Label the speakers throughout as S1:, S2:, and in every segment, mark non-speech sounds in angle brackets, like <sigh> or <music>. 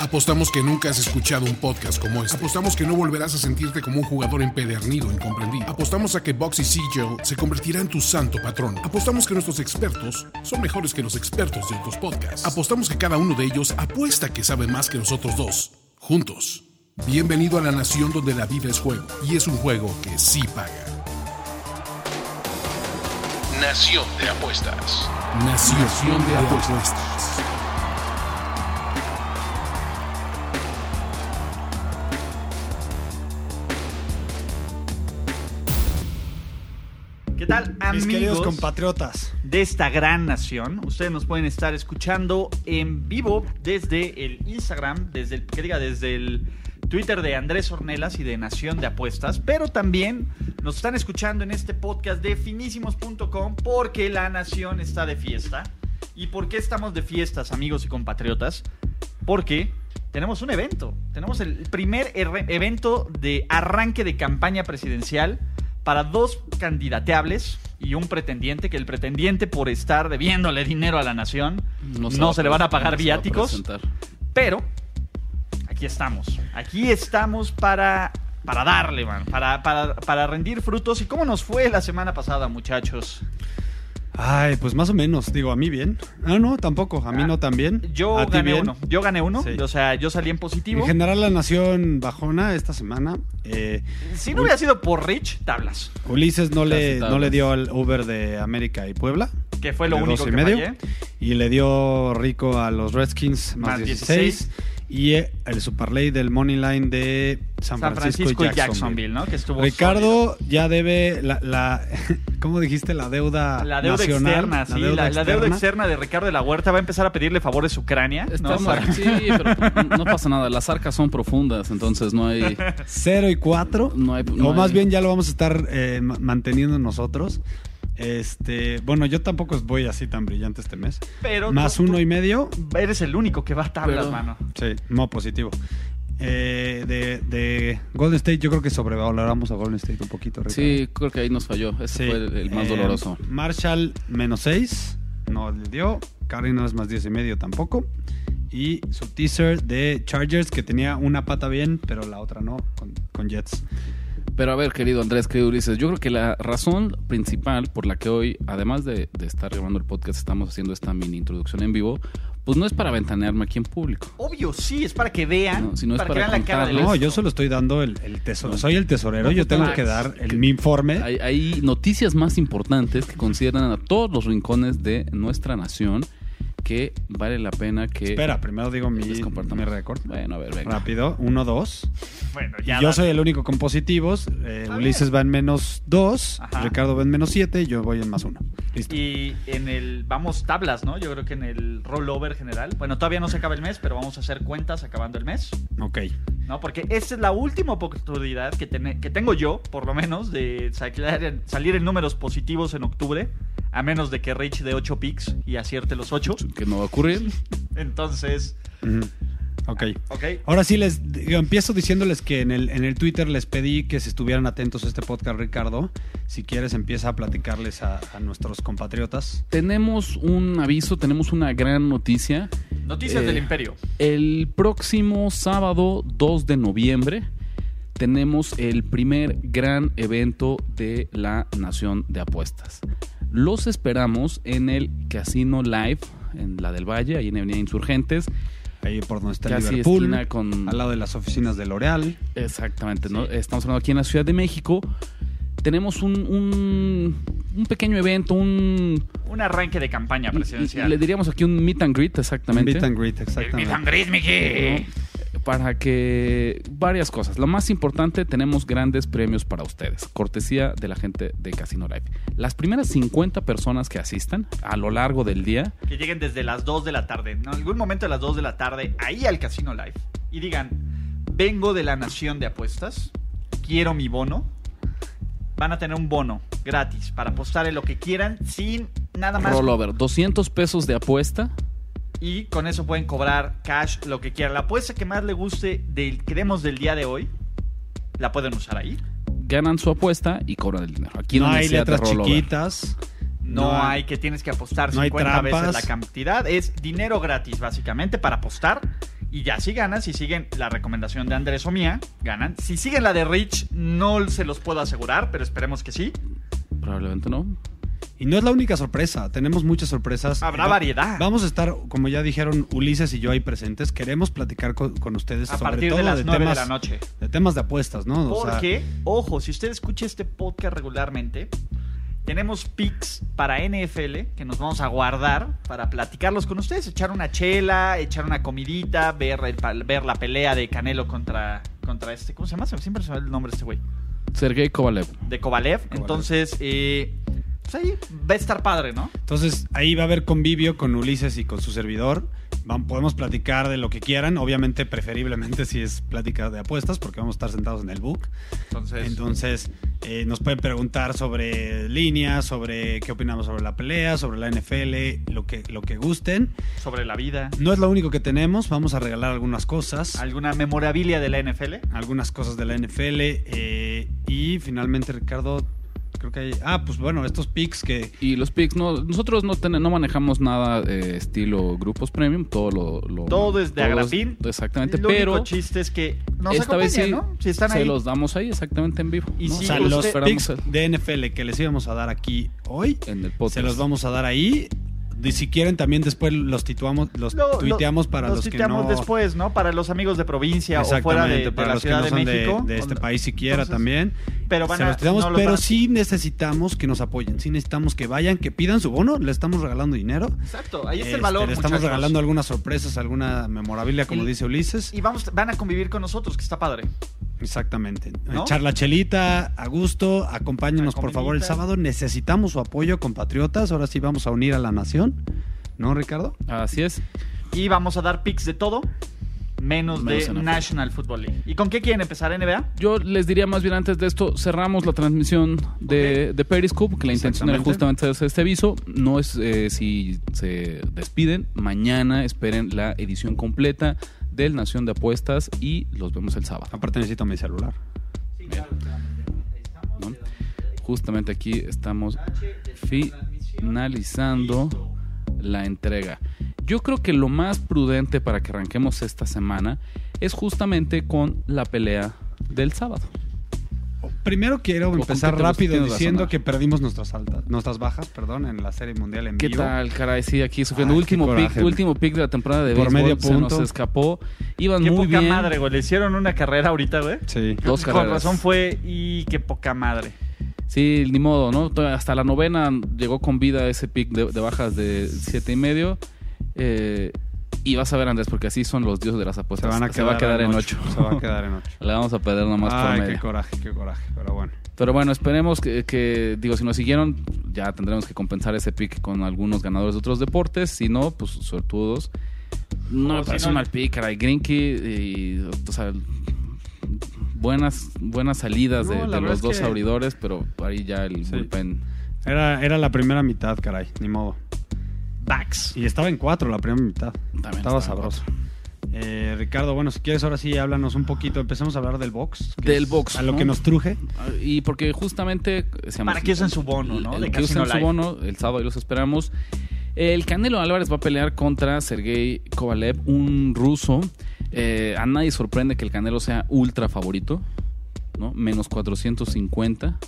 S1: Apostamos que nunca has escuchado un podcast como este. Apostamos que no volverás a sentirte como un jugador empedernido, incomprendido. Apostamos a que Boxy Siegel se convertirá en tu santo patrón. Apostamos que nuestros expertos son mejores que los expertos de otros podcasts. Apostamos que cada uno de ellos apuesta que sabe más que nosotros dos, juntos. Bienvenido a la nación donde la vida es juego y es un juego que sí paga.
S2: Nación de apuestas.
S1: Nación, de apuestas.
S3: ¿Qué tal,
S4: Mis queridos
S3: amigos
S4: compatriotas.
S3: de esta gran nación? Ustedes nos pueden estar escuchando en vivo desde el Instagram, desde el, que diga, desde el Twitter de Andrés Ornelas y de Nación de Apuestas, pero también nos están escuchando en este podcast de finísimos.com porque la nación está de fiesta. ¿Y por qué estamos de fiestas, amigos y compatriotas? Porque tenemos un evento. Tenemos el primer er- evento de arranque de campaña presidencial para dos candidateables y un pretendiente, que el pretendiente por estar debiéndole dinero a la nación, no,
S5: va
S3: se le van a pagar
S5: no se va a
S3: viáticos.
S5: presentar.
S3: Pero aquí estamos. Aquí estamos para, para darle, man. Para, para, para rendir frutos. ¿Y cómo nos fue la semana pasada, muchachos?
S4: Ay, pues más o menos. Digo, a mí bien. Ah, no, tampoco. A mí
S3: Ah,
S4: no tan bien.
S3: Yo
S4: ¿A ti
S3: gané
S4: bien?
S3: uno. Yo gané uno.
S4: Sí.
S3: O sea, yo salí en positivo.
S4: En general, la nación bajona esta semana. Eh,
S3: Si no hubiera sido por Rich, tablas.
S4: Ulises no le,
S5: Casi
S4: no
S5: tablas.
S4: le dio al Uber de América y Puebla.
S3: Que fue lo
S4: de
S3: único
S4: 12
S3: que
S4: y medio.
S3: fallé.
S4: Y le dio rico a los Redskins más,
S3: Más
S4: 16. Y eh, el superlay del Money Line de San,
S3: San Francisco, y Jacksonville, ¿no? Que estuvo sólido.
S4: Ricardo ya debe la, la- <laughs> ¿cómo dijiste? La deuda
S3: La deuda
S4: nacional,
S3: externa, sí. La la deuda, externa de Ricardo de la Huerta va a empezar a pedirle favores a Ucrania. ¿no?
S5: Está
S3: Para-
S5: mal, sí, pero pues, no pasa nada. Las arcas son profundas, entonces no hay.
S4: 0 y 4.
S5: No hay- no
S4: o más
S5: hay-
S4: bien ya lo vamos a estar eh, ma- manteniendo nosotros. Este, bueno, yo tampoco voy así tan brillante este mes.
S3: Pero
S4: más
S3: tú-
S4: uno
S3: tú
S4: y medio.
S3: Eres el único que va a tablas,
S5: Pero-
S3: mano.
S4: Sí, no positivo. Eh, de, de Golden State, yo creo que sobrevaloramos a Golden State un poquito. Ricardo.
S5: Sí, creo que ahí nos falló. Ese
S4: Sí.
S5: fue el, el más
S4: Eh,
S5: doloroso.
S4: Marshall menos 6, no le dio. Carrino es más 10 y medio tampoco. Y su teaser de Chargers que tenía una pata bien, pero la otra no, con, con Jets.
S5: Pero a ver, querido Andrés, querido Ulises, yo creo que la razón principal por la que hoy, además de, de estar grabando el podcast, estamos haciendo esta mini introducción en vivo, pues no es para ventanearme aquí en público.
S3: Obvio, sí, es para que vean.
S5: No, si no es
S3: para,
S5: para
S3: que vean la cara de
S5: contarles.
S4: No, yo solo estoy dando el, el tesoro. Soy el tesorero,
S5: No,
S4: yo tengo
S5: Max,
S4: que dar el,
S5: que-
S4: mi informe.
S5: Hay, hay noticias más importantes que consideran a todos los rincones de nuestra nación que vale la pena que...
S4: Espera, primero digo mi,
S5: les compartamos.
S4: mi récord.
S5: Bueno, a ver, venga.
S4: Rápido, 1-2.
S3: Bueno,
S4: Y
S3: ya.
S4: Yo
S3: dale.
S4: soy el único con positivos. eh,
S3: Está
S4: Ulises va en menos 2,
S3: Ajá.
S4: Ricardo va en menos 7, yo voy en más 1. Listo.
S3: Y en el. Vamos tablas, ¿no? Yo creo que en el rollover general. Bueno, todavía no se acaba el mes, pero vamos a hacer cuentas acabando el mes.
S4: Ok.
S3: ¿no? Porque esta es la última oportunidad que, ten- que tengo yo, por lo menos, de sacar en- salir en números positivos en octubre, a menos de que Rich de 8 picks y acierte los 8.
S5: Que no va a ocurrir.
S3: Entonces,
S4: Ujú. Ok.
S3: ok.
S4: Ahora sí, les digo, empiezo diciéndoles que en el, en el Twitter les pedí que se estuvieran atentos a este podcast, Ricardo. Si quieres, empieza a platicarles a, a nuestros compatriotas.
S5: Tenemos un aviso, tenemos una gran noticia.
S3: Noticias
S5: Eh,
S3: del Imperio.
S5: El próximo sábado 2 de noviembre tenemos el primer gran evento de la Nación de Apuestas. Los esperamos en el Casino Live, en la del Valle, ahí en Avenida Insurgentes.
S4: Ahí por donde está
S5: Casi
S4: Liverpool,
S5: esquina con-
S4: al lado de las oficinas de L'Oreal.
S5: Exactamente, ¿no? Estamos hablando aquí en la Ciudad de México. Tenemos un, un- un pequeño evento, un...
S3: Un arranque de campaña presidencial.
S5: Le diríamos aquí un meet and greet, exactamente.
S4: Meet and greet,
S3: El meet and
S4: exactamente.
S3: greet, Miki.
S5: Eh, para que varias cosas. Lo más importante, tenemos grandes premios para ustedes, cortesía de la gente de Casino Live. Las primeras 50 personas que asistan a lo largo del día,
S3: Que lleguen desde las 2 de la tarde, en algún momento de las 2 de la tarde, ahí al Casino Live, y digan, vengo de la nación de apuestas, quiero mi bono, van a tener un bono gratis para apostar en lo que quieran sin nada más.
S5: rollover, 200 pesos de apuesta.
S3: Y con eso pueden cobrar cash, lo que quieran. La apuesta que más le guste del queremos del día de hoy, la pueden usar ahí.
S5: Ganan su apuesta y cobran el dinero. Aquí
S4: No
S5: no
S4: hay
S5: necesidad de
S4: letras
S5: rollover.
S4: chiquitas,
S3: No,
S4: No hay-
S3: hay que tienes que apostar
S4: no hay
S3: 50 veces la
S4: trampas.
S3: cantidad. Es dinero gratis, básicamente, para apostar. Y ya si ganas, si siguen la recomendación de Andrés o mía, ganan. Si siguen la de Rich, no se los puedo asegurar, pero esperemos que sí.
S5: Probablemente no.
S4: Y no es la única sorpresa, tenemos muchas sorpresas.
S3: Habrá
S4: Va-
S3: variedad.
S4: Vamos a estar, como ya dijeron Ulises y yo ahí presentes, queremos platicar co- con, ustedes
S3: A
S4: Pues, sobre
S3: partir
S4: todo
S3: de las
S4: de
S3: 9
S4: temas
S3: de la noche.
S4: de temas de apuestas, ¿no? O sea,
S3: Porque, ojo, si usted escucha este podcast regularmente, tenemos picks para NFL que nos vamos a guardar para platicarlos con ustedes, echar una chela, echar una comidita, ver, el pa- ver la pelea de Canelo contra, contra este. ¿Cómo se llama? Siempre se me va el nombre de este güey.
S5: Sergei Kovalev.
S3: De Kovalev. Entonces, eh, pues ahí va a estar padre, ¿no?
S4: Entonces ahí va a haber convivio con Ulises y con su servidor. Vam- podemos platicar de lo que quieran, obviamente preferiblemente si es plática de apuestas, porque vamos a estar sentados en el book.
S3: Entonces,
S4: Entonces eh, nos pueden preguntar sobre líneas, sobre qué opinamos sobre la pelea, sobre la NFL, lo que, lo que gusten.
S3: sobre la vida.
S4: No es lo único que tenemos, vamos a regalar algunas cosas.
S3: ¿Alguna memorabilia de la NFL?
S4: algunas cosas de la NFL. eh, y finalmente, Ricardo, creo que hay. Ah, pues bueno, estos picks que.
S5: Y los picks, no, nosotros no, ten- no manejamos nada eh, estilo grupos premium, todo lo... lo-
S3: Todo es de
S5: todos-
S3: agrapín.
S5: Exactamente,
S3: El
S5: pero
S3: único chiste es que nos
S5: esta vez sí
S3: acompañen, ¿no? Si están
S5: se
S3: ahí.
S5: los damos ahí exactamente en vivo.
S3: Y
S5: ¿no?
S3: sí,
S4: o sea,
S3: usted-
S4: los
S5: esperamos
S4: picks
S5: el-
S4: de NFL que les íbamos a dar aquí hoy,
S5: en el podcast.
S4: se los vamos a dar ahí. Y si quieren, también después los, tituamos, los
S3: Lo- lo-
S4: tuiteamos para
S3: los
S4: los, que
S3: tuiteamos
S4: no.
S3: después, ¿no? Para los amigos de provincia o
S4: Exactamente,
S3: fuera de, de
S4: para
S3: la
S4: los que
S3: Ciudad
S4: no
S3: de
S4: son de-
S3: México.
S4: de, este
S3: Cuando-
S4: país siquiera
S3: Entonces,
S4: también.
S3: Pero van
S4: Se
S3: a,
S4: los tuiteamos,
S3: no los
S4: pero
S3: van a-
S4: sí necesitamos que nos apoyen. Sí necesitamos que vayan, que pidan su bono. Le estamos regalando dinero.
S3: Exacto, ahí está
S4: Este,
S3: el valor.
S4: Le estamos
S3: muchachos.
S4: regalando algunas sorpresas, alguna memorabilia, como
S3: Y-
S4: dice Ulises.
S3: Y vamos, van a convivir con nosotros, que está padre.
S4: Exactamente.
S3: ¿No?
S4: Echar la chelita, a gusto, acompáñenos
S3: Una
S4: por favor el
S3: comidita.
S4: sábado. Necesitamos su apoyo, compatriotas. Ahora sí vamos a unir a la nación. ¿No, Ricardo?
S5: Así es.
S3: Y vamos a dar picks de todo, menos,
S5: Menos
S3: de
S5: NFL.
S3: National Football League. ¿Y con qué quieren empezar, NBA?
S5: Yo les diría más bien antes de esto, cerramos la transmisión de, de Periscope, que la intención era
S4: Exactamente.
S5: justamente hacer este aviso. No es eh, si se despiden, mañana esperen la edición completa del Nación de Apuestas y los vemos el sábado.
S4: Aparte necesito mi celular.
S5: ¿no? Justamente aquí estamos finalizando la entrega. Yo creo que lo más prudente para que arranquemos esta semana es justamente con la pelea del sábado.
S4: Primero quiero
S5: Ojo,
S4: empezar
S5: que te-
S4: rápido
S5: tienes razón,
S4: diciendo
S5: Rafa.
S4: que perdimos nuestras altas, nuestras bajas, perdón, en la Serie Mundial en
S5: ¿Qué
S4: vivo.
S5: tal, caray? Sí, aquí sufriendo.
S4: Ay,
S5: último
S4: qué
S5: pick,
S4: coraje.
S5: último pick de la temporada de
S4: Por
S5: béisbol.
S4: medio
S5: Se nos
S4: punto.
S5: escapó. Iban
S3: qué
S5: muy
S3: poca
S5: bien.
S3: madre, güey. Le hicieron una carrera ahorita, güey.
S4: Sí.
S5: Dos
S3: Con
S5: carreras.
S3: razón fue, y qué poca madre.
S5: Sí, ni modo, ¿no? To- Hasta la novena llegó con vida ese pick de, de bajas de siete y medio. Eh, y vas a ver, Andrés, porque así son los dioses de las
S4: Se
S5: apuestas.
S4: van a
S5: va a quedar en ocho.
S4: ocho. Se va a quedar en ocho.
S5: <laughs> Le vamos a perder nomás por
S4: Ay, qué
S5: medio.
S4: coraje, qué coraje. Pero bueno.
S5: Pero bueno, esperemos que, que, digo, si nos siguieron, ya tendremos que compensar ese pick con algunos ganadores de otros deportes. Si no, pues sortudos. No me
S3: si
S5: parece
S3: no-
S5: un mal pick, caray. Grinky y. O sea, buenas, buenas salidas
S4: No,
S5: de-
S4: la
S5: de,
S4: verdad
S5: los
S4: es
S5: dos
S4: que-
S5: abridores, pero ahí ya el
S4: Sí.
S5: bullpen.
S4: Era, era la primera mitad, caray. Ni modo.
S3: Backs.
S4: Y estaba en cuatro la primera mitad.
S5: También
S4: estaba
S5: estaba en
S4: sabroso. Eh, Ricardo, bueno, si quieres ahora sí háblanos un poquito. Empecemos a hablar del box. que
S5: Del
S4: es
S5: box,
S4: A lo
S5: ¿no?
S4: que nos truje.
S5: Ah, Y porque justamente. decíamos,
S3: Para que usen su bono, ¿no?
S5: el
S3: De
S5: que usen
S3: Casino
S5: su
S3: Live.
S5: bono, el sábado y los esperamos. El Canelo Álvarez va a pelear contra Sergei Kovalev, un ruso. Eh, a nadie sorprende que el Canelo sea ultra favorito, ¿no? Menos 450.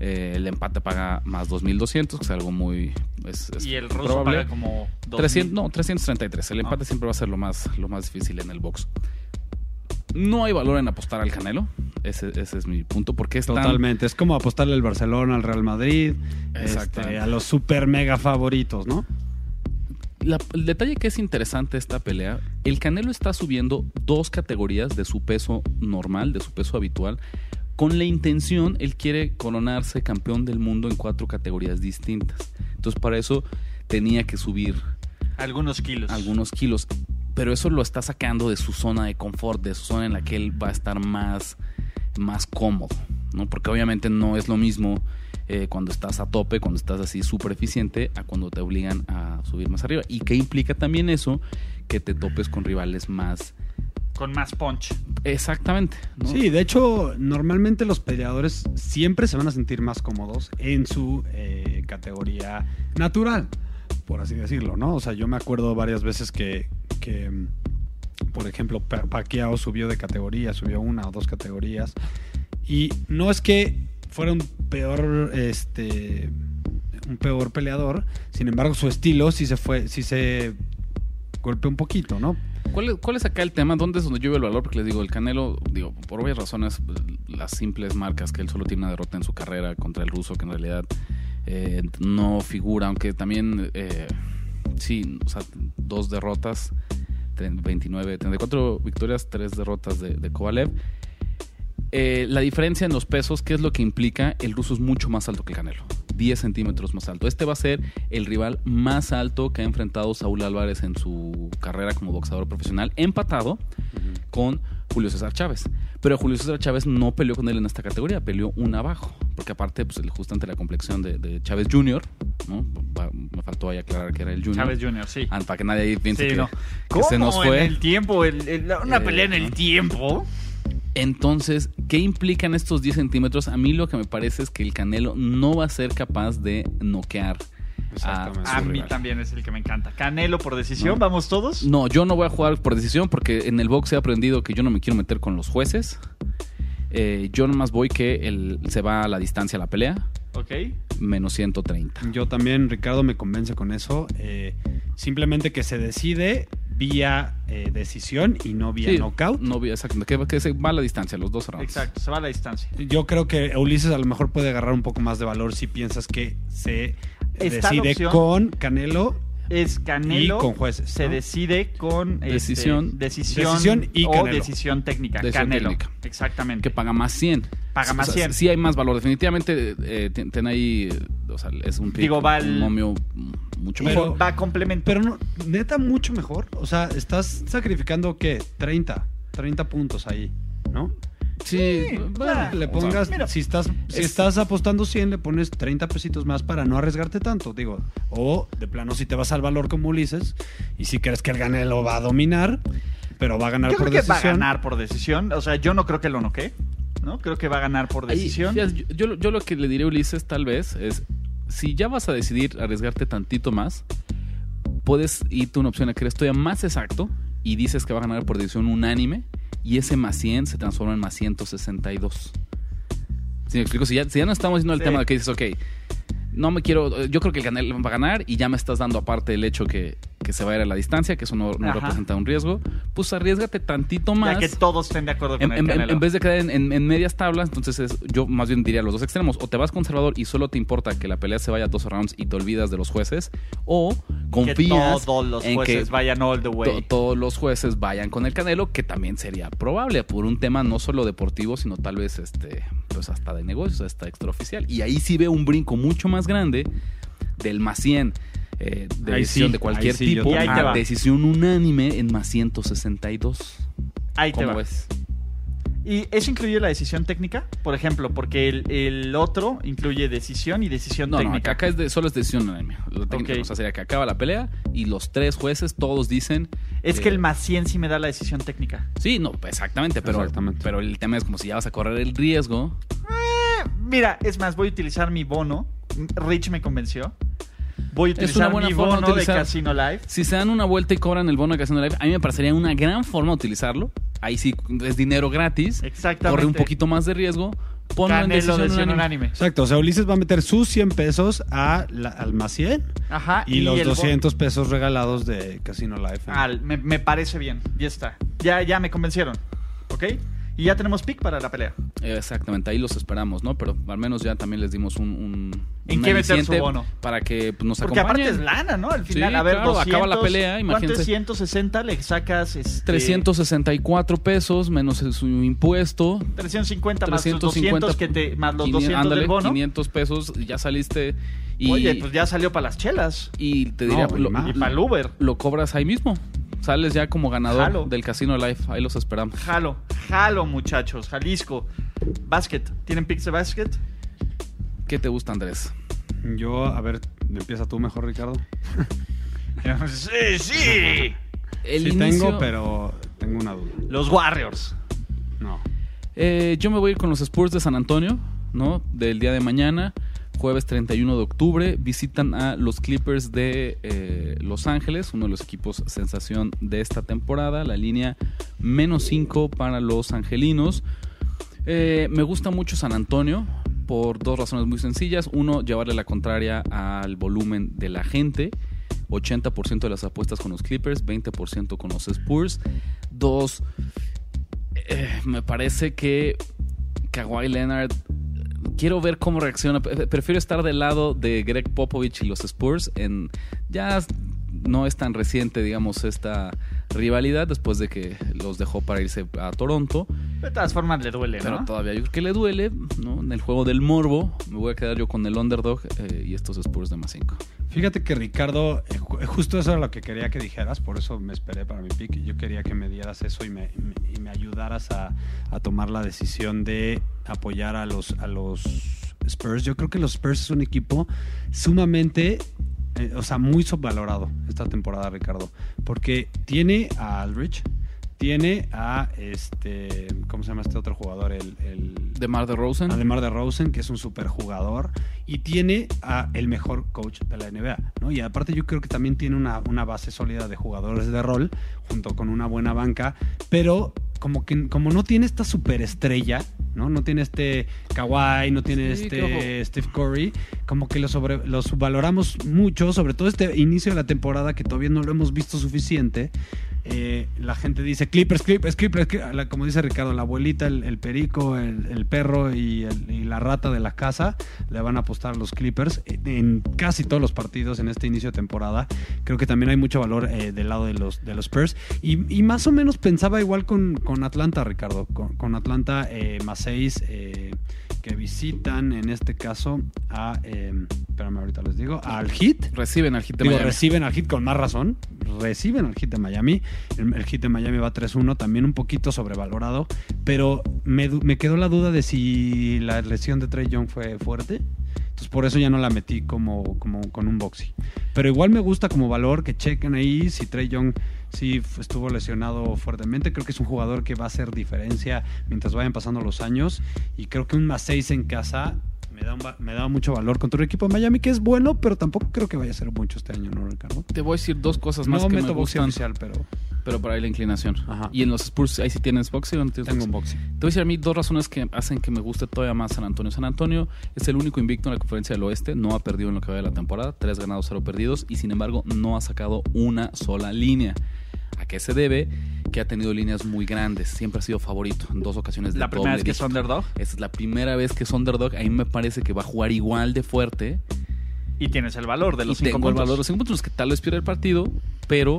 S5: Eh, el empate paga más 2200, que es algo muy. Es, es
S3: Y el ruso
S5: probable.
S3: paga como... 2000.
S5: 300, no, 333. El empate siempre va a ser lo más, lo más difícil en el box. No hay valor en apostar al Canelo. Ese, ese es mi punto. Porque es tan-
S4: Totalmente. Es como apostarle al Barcelona, al Real Madrid,
S5: Exactamente.
S4: este, a los super mega favoritos, ¿no?
S5: La- el detalle que es interesante de esta pelea, el Canelo está subiendo dos categorías de su peso normal, de su peso habitual, con la intención, él quiere coronarse campeón del mundo en cuatro categorías distintas. Entonces para eso tenía que subir
S3: Algunos kilos.
S5: algunos kilos, pero eso lo está sacando de su zona de confort, de su zona en la que él va a estar más, más cómodo, ¿no? Porque obviamente no es lo mismo eh, cuando estás a tope, cuando estás así súper eficiente, a cuando te obligan a subir más arriba. ¿Y qué implica también eso? Que te topes con rivales más
S3: con más punch.
S5: Exactamente. ¿no?
S4: Sí, de hecho, normalmente los peleadores siempre se van a sentir más cómodos en su eh, categoría natural, por así decirlo, ¿no? O sea, yo me acuerdo varias veces que, que, mm, por ejemplo, Pa- Pacquiao subió de categoría, subió una o dos categorías. Y no es que fuera un peor, este, un peor peleador, sin embargo, su estilo sí se fue, sí se golpeó un poquito, ¿no?
S5: ¿Cuál, es, cuál es acá el tema? ¿Dónde es donde yo veo el valor? Porque les digo, el Canelo, digo, por obvias razones, las simples marcas que él solo tiene una derrota en su carrera contra el ruso, que en realidad eh, no figura, aunque también, eh, sí, o sea, dos derrotas, tre- 29, 34 victorias, tres derrotas de, de Kovalev. Eh, la diferencia en los pesos, ¿qué es lo que implica? El ruso es mucho más alto que el Canelo. 10 centímetros más alto. Este va a ser el rival más alto que ha enfrentado Saúl Álvarez en su carrera como boxeador profesional, empatado con Julio César Chávez. Pero Julio César Chávez no peleó con él en esta categoría, peleó un abajo. Porque aparte, pues, el- justamente la complexión de, de Chávez Jr., ¿no? Va- me faltó ahí aclarar que era el Jr.
S3: Chávez Jr., sí.
S5: Ah, Para que nadie ahí piense
S3: Sí,
S5: que,
S3: no.
S5: que
S3: ¿Cómo
S5: se nos fue.
S3: En el tiempo, el- el- la- una
S5: Eh,
S3: pelea en el
S5: ¿no?
S3: tiempo.
S5: Entonces, ¿qué implican estos 10 centímetros? A mí lo que me parece es que el Canelo no va a ser capaz de noquear.
S4: Exactamente.
S5: su
S3: A mí
S5: rival.
S3: también es el que me encanta. Canelo por decisión, vamos todos.
S5: No, yo no voy a jugar por decisión porque en el box he aprendido que yo no me quiero meter con los jueces. Eh, yo nomás voy que el- se va a la distancia la pelea,
S3: Ok.
S5: menos 130.
S4: Yo también, Ricardo, me convence con eso. Eh, simplemente que se decide vía eh, decisión y no vía
S5: Sí,
S4: knockout.
S5: No, vi- exacto, que, que se va a la distancia, los dos rounds.
S3: Exacto, se va a la distancia.
S4: Yo creo que Ulises a lo mejor puede agarrar un poco más de valor si piensas que se
S3: Está la
S4: decide
S3: opción.
S4: con Canelo.
S3: Es Canelo.
S4: Y con jueces,
S3: Se
S4: ¿no?
S3: decide con este,
S5: Decisión.
S3: decisión,
S4: Decisión y
S3: o
S4: Canelo.
S3: decisión técnica.
S5: Decisión
S3: Canelo.
S5: técnica.
S3: Exactamente.
S5: Que paga más 100.
S3: Paga más 100.
S5: Sí hay más valor. Definitivamente, eh, ten, ten ahí, eh, o sea, es un pick,
S3: Digo, va el-
S5: un momio mm, mucho
S3: Y
S5: mejor.
S4: Pero-
S3: va a complementar.
S4: Pero no, neta, mucho mejor. O sea, estás sacrificando, ¿qué? 30, 30 puntos ahí, ¿no?
S5: Sí,
S3: claro.
S4: Le
S5: o sea,
S4: pongas,
S3: mira,
S4: si estás, si
S5: es-
S4: estás apostando 100, le pones 30 pesitos más para no arriesgarte tanto, digo. O de plano, si te vas al valor como Ulises, y si crees que el Ganelo va a dominar, pero va a ganar
S3: Yo
S4: por
S3: creo que
S4: decisión.
S3: va a ganar por decisión. O sea, yo no creo que lo noquee. ¿no? Creo que va a ganar por
S5: Ahí,
S3: decisión.
S5: fíjate, yo, yo lo- yo lo que le diré a Ulises tal vez es, si ya vas a decidir arriesgarte tantito más, puedes irte a una opción a que eres todavía más exacto y dices que va a ganar por decisión unánime y ese más 100 se transforma en más 162. ¿Sí me explico? Si ya, si ya no estamos yendo al
S3: Sí.
S5: tema de que dices, ok, no me quiero, yo creo que el Canelo va a ganar y ya me estás dando aparte el hecho que, que se va a ir a la distancia, que eso no, no
S3: Ajá.
S5: representa un riesgo, pues arriesgate tantito más.
S3: ya que todos estén de acuerdo con
S5: En,
S3: el
S5: en- en-
S3: Canelo.
S5: en vez de quedar en, en- en medias tablas, entonces es- yo más bien diría los dos extremos. O te vas conservador y solo te importa que la pelea se vaya a dos rounds y te olvidas de los jueces. O
S3: que
S5: confías
S3: todos los
S5: en que
S3: jueces vayan all the way.
S5: to- todos los jueces vayan con el Canelo, que también sería probable por un tema no solo deportivo, sino tal vez este, pues hasta de negocios, hasta extraoficial. Y ahí sí veo un brinco mucho más grande del más 100. eh, de
S4: Ahí
S5: decisión
S4: sí,
S5: de cualquier
S4: ahí sí, yo
S5: tipo
S3: también. Y ahí te
S5: a
S3: va.
S5: decisión unánime en más 162.
S3: Ahí te
S5: ¿Cómo
S3: va.
S5: ves?
S3: ¿Y eso incluye la decisión técnica? Por ejemplo, porque el, el otro incluye decisión y decisión
S5: No, no,
S3: técnica.
S5: acá, acá es de- solo es decisión unánime. La técnica,
S3: Ok.
S5: O sea, sería que acaba la pelea y los tres jueces todos dicen.
S3: es
S5: eh,
S3: que el más 100 sí me da la decisión técnica.
S5: Sí, no, pues exactamente pero,
S4: Exactamente.
S5: pero el tema es como si ya vas a correr el riesgo.
S3: Mira, es más, voy a utilizar mi bono. Rich me convenció. Voy a
S5: Es
S3: utilizar
S5: una buena
S3: mi
S5: forma de
S3: bono de
S5: utilizar.
S3: Casino Live.
S5: Si se dan una vuelta y cobran el bono de Casino Live, a mí me parecería una gran forma de utilizarlo. Ahí sí es dinero gratis.
S3: Exactamente.
S5: Corre un poquito más de riesgo. Ponlo en
S3: Canelo
S5: decisión
S3: de
S5: unánime.
S3: anime.
S4: Exacto, o sea, Ulises va a meter sus 100 pesos a la- al más 100
S3: Ajá.
S4: y, los
S3: el bono.
S4: 200 pesos regalados de Casino Life.
S3: Al- me, me parece bien. Ya está. Ya, ya me convencieron. ¿Ok? Y ya tenemos pick para la pelea.
S5: Eh, Exactamente, ahí los esperamos, ¿no? Pero al menos ya también les dimos un. un
S3: ¿En
S5: un
S3: qué meter su
S5: aliciente
S3: bono?
S5: Para que pues, nos
S3: Porque aparte
S5: acompañen.
S3: es lana, ¿no? Al final,
S5: Sí,
S3: a ver,
S5: claro,
S3: 200,
S5: acaba la pelea,
S3: ¿Cuánto
S5: imagínense.
S3: es 160? Le sacas este,
S5: 364 pesos menos el- su impuesto.
S3: 350 más los
S5: 350
S3: 200 que te, más los
S5: quin-
S3: 200
S5: ándale,
S3: del bono.
S5: 500 pesos, ya saliste. Y,
S3: Oye, pues ya salió para las chelas
S5: y te diría, pues,
S4: No, y
S5: lo,
S4: más.
S3: y para el Uber.
S5: lo cobras ahí mismo. Sales ya como ganador
S3: Jalo.
S5: del Casino Life. Ahí los esperamos.
S3: Jalo, jalo, muchachos. Jalisco. Basket. ¿Tienen picks de basket?
S5: <laughs> ¿Qué te gusta, Andrés?
S4: Yo, a ver, empieza tú mejor, Ricardo.
S3: sí, sí.
S5: El
S4: sí
S5: inicio-
S4: tengo, pero Tengo una duda.
S3: Los Warriors.
S4: No.
S5: Eh, yo me voy a ir con los Spurs de San Antonio, ¿no? Del día de mañana, jueves 31 de octubre. Visitan a los Clippers de eh, Los Ángeles, uno de los equipos sensación de esta temporada. La línea menos 5 para los angelinos. Eh, me gusta mucho San Antonio por dos razones muy sencillas. Uno, llevarle la contraria al volumen de la gente. 80% de las apuestas con los Clippers, 20% con los Spurs. Dos, eh, me parece que Kawhi Leonard. Quiero ver cómo reacciona. Pre- Prefiero estar del lado de Greg Popovich y los Spurs. En, ya no es tan reciente, digamos, esta rivalidad después de que los dejó para irse a Toronto.
S3: De todas formas le duele,
S5: Pero
S3: ¿no?
S5: todavía yo creo que le duele, ¿no? En el juego del morbo, me voy a quedar yo con el underdog eh, y estos Spurs de más 5.
S4: Fíjate que Ricardo, eh, ju- justo eso era lo que quería que dijeras, por eso me esperé para mi pick. y Yo quería que me dieras eso y me, me- y me ayudaras a, a tomar la decisión de apoyar a los, a los Spurs. Yo creo que los Spurs es un equipo sumamente, eh, o sea, muy subvalorado esta temporada, Ricardo, porque tiene a Aldrich. Tiene a este. ¿Cómo se llama este otro jugador? El, el,
S5: De Mar de Rosen.
S4: Además de Rosen, que es un superjugador y tiene a el mejor coach de la NBA, ¿no? Y aparte yo creo que también tiene una, una base sólida de jugadores de rol junto con una buena banca, pero como que como no tiene esta superestrella, ¿no? No tiene este Kawhi, no tiene
S5: Sí,
S4: este
S5: claro.
S4: Steve Curry, como que lo sobre lo subvaloramos mucho, sobre todo este inicio de la temporada que todavía no lo hemos visto suficiente. Eh, la gente dice Clippers, Clippers, Clippers, Clippers", la- como dice Ricardo, la abuelita, el, el perico, el, el perro y, el- y la rata de la casa le van a apostar a los Clippers en, en casi todos los partidos en este inicio de temporada. Creo que también hay mucho valor eh, del lado de los, de los Spurs. Y, y más o menos pensaba igual con, con Atlanta, Ricardo, con, con Atlanta eh, más 6 que visitan en este caso a, eh, espérame ahorita les digo, al Hit.
S5: Reciben al hit de
S4: Digo,
S5: Miami.
S4: reciben al hit con más razón. Reciben al hit de Miami. El, el hit de Miami va 3-1, también un poquito sobrevalorado. Pero me, du- me quedó la duda de si la lesión de Trey Young fue fuerte. Entonces por eso ya no la metí como, como con un boxy. Pero igual me gusta como valor que chequen ahí si Trey Young sí f- estuvo lesionado fuertemente. Creo que es un jugador que va a hacer diferencia mientras vayan pasando los años. Y creo que un más 6 en casa me da, un va- me da mucho valor contra un equipo de Miami que es bueno, pero tampoco creo que vaya a ser mucho este año, ¿no, Ricardo?
S5: Te voy a decir dos cosas
S4: Pues
S5: más
S4: no
S5: que me
S4: meto boxeo
S5: gustan,
S4: oficial, pero
S5: pero para ahí la inclinación.
S4: Ajá.
S5: Y en los Spurs, ahí sí tienes boxeo. No tienes
S4: tengo un
S5: boxeo?
S4: boxeo.
S5: Te voy a decir a mí dos razones que hacen que me guste todavía más San Antonio. San Antonio es el único invicto en la conferencia del oeste, no ha perdido en lo que va de la temporada, tres ganados, cero perdidos, y sin embargo no ha sacado una sola línea. ¿A qué se debe? Que ha tenido líneas muy grandes, siempre ha sido favorito en dos ocasiones de
S3: La primera
S5: doble
S3: vez que es
S5: dígito.
S3: underdog
S5: Esa es la primera vez que es underdog. A mí me parece que va a jugar igual de fuerte.
S3: y tienes el valor de los
S5: y
S3: cinco
S5: tengo el
S3: puntos.
S5: valor de los cinco puntos, que tal vez pierda el partido, pero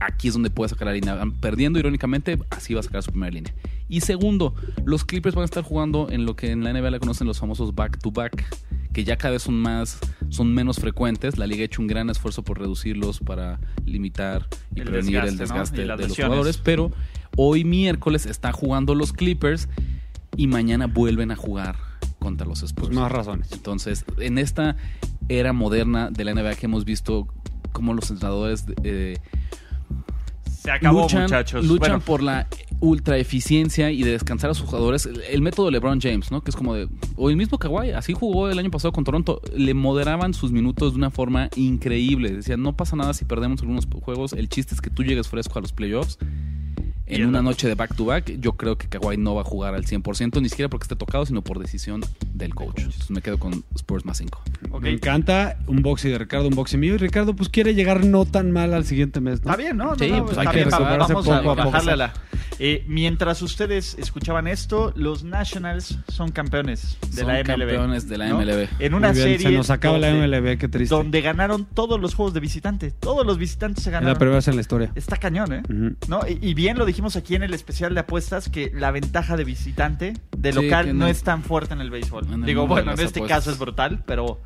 S5: aquí es donde puede sacar la línea. Perdiendo, irónicamente, así va a sacar su primera línea. Y segundo, los Clippers van a estar jugando en lo que en la NBA le conocen los famosos back-to-back, que ya cada vez son más, son menos frecuentes. La liga ha hecho un gran esfuerzo por reducirlos para limitar y
S3: El
S5: prevenir el
S3: desgaste, ¿no?
S5: desgaste
S3: Y
S5: de
S3: las
S5: los
S3: lesiones.
S5: jugadores. Pero hoy miércoles están jugando los Clippers y mañana vuelven a jugar contra los Spurs.
S4: Pues más razones.
S5: Entonces, en esta era moderna de la NBA que hemos visto cómo los entrenadores eh,
S3: Se acabó,
S5: luchan,
S3: muchachos.
S5: luchan
S3: Bueno,
S5: por la ultra eficiencia y de descansar a sus jugadores. El, el método de LeBron James, ¿no? Que es como de. O el mismo Kawhi, así jugó el año pasado con Toronto. Le moderaban sus minutos de una forma increíble. Decían, no pasa nada si perdemos algunos juegos. El chiste es que tú llegues fresco a los playoffs.
S3: Y
S5: En
S3: el-
S5: una noche de back-to-back, yo creo que Kawhi no va a jugar al 100%, ni siquiera porque esté tocado, sino por decisión del coach. Entonces me quedo con Spurs más 5.
S3: ok.
S4: Me encanta un boxeo de Ricardo, un boxeo mío. Y Ricardo, pues quiere llegar no tan mal al siguiente mes, ¿no?
S3: Está bien, ¿no? No,
S5: Sí,
S3: no,
S5: pues
S3: está
S5: hay que
S3: bien,
S5: recuperarse
S3: vamos a
S5: poco a poco.
S3: bajarle a la- Eh, mientras ustedes escuchaban esto, los Nationals son campeones de
S5: Son
S3: la MLB.
S5: campeones de la MLB.
S3: En
S4: Muy
S3: una
S4: bien,
S3: serie
S4: Se nos acaba la
S3: donde-
S4: MLB, qué triste.
S3: donde ganaron todos los juegos de visitante. Todos los visitantes se
S4: Es
S3: ganaron.
S4: la primera vez en la historia.
S3: Está cañón, ¿eh?
S4: Ujú.
S3: ¿No? Y, y bien lo dijimos aquí en el especial de apuestas que la ventaja de visitante, de
S5: Sí,
S3: local,
S5: que
S3: no
S5: no-
S3: es tan fuerte en el béisbol.
S5: en el
S3: Digo,
S5: mundo de
S3: bueno, en
S5: las
S3: este
S5: apuestas.
S3: caso es brutal, pero,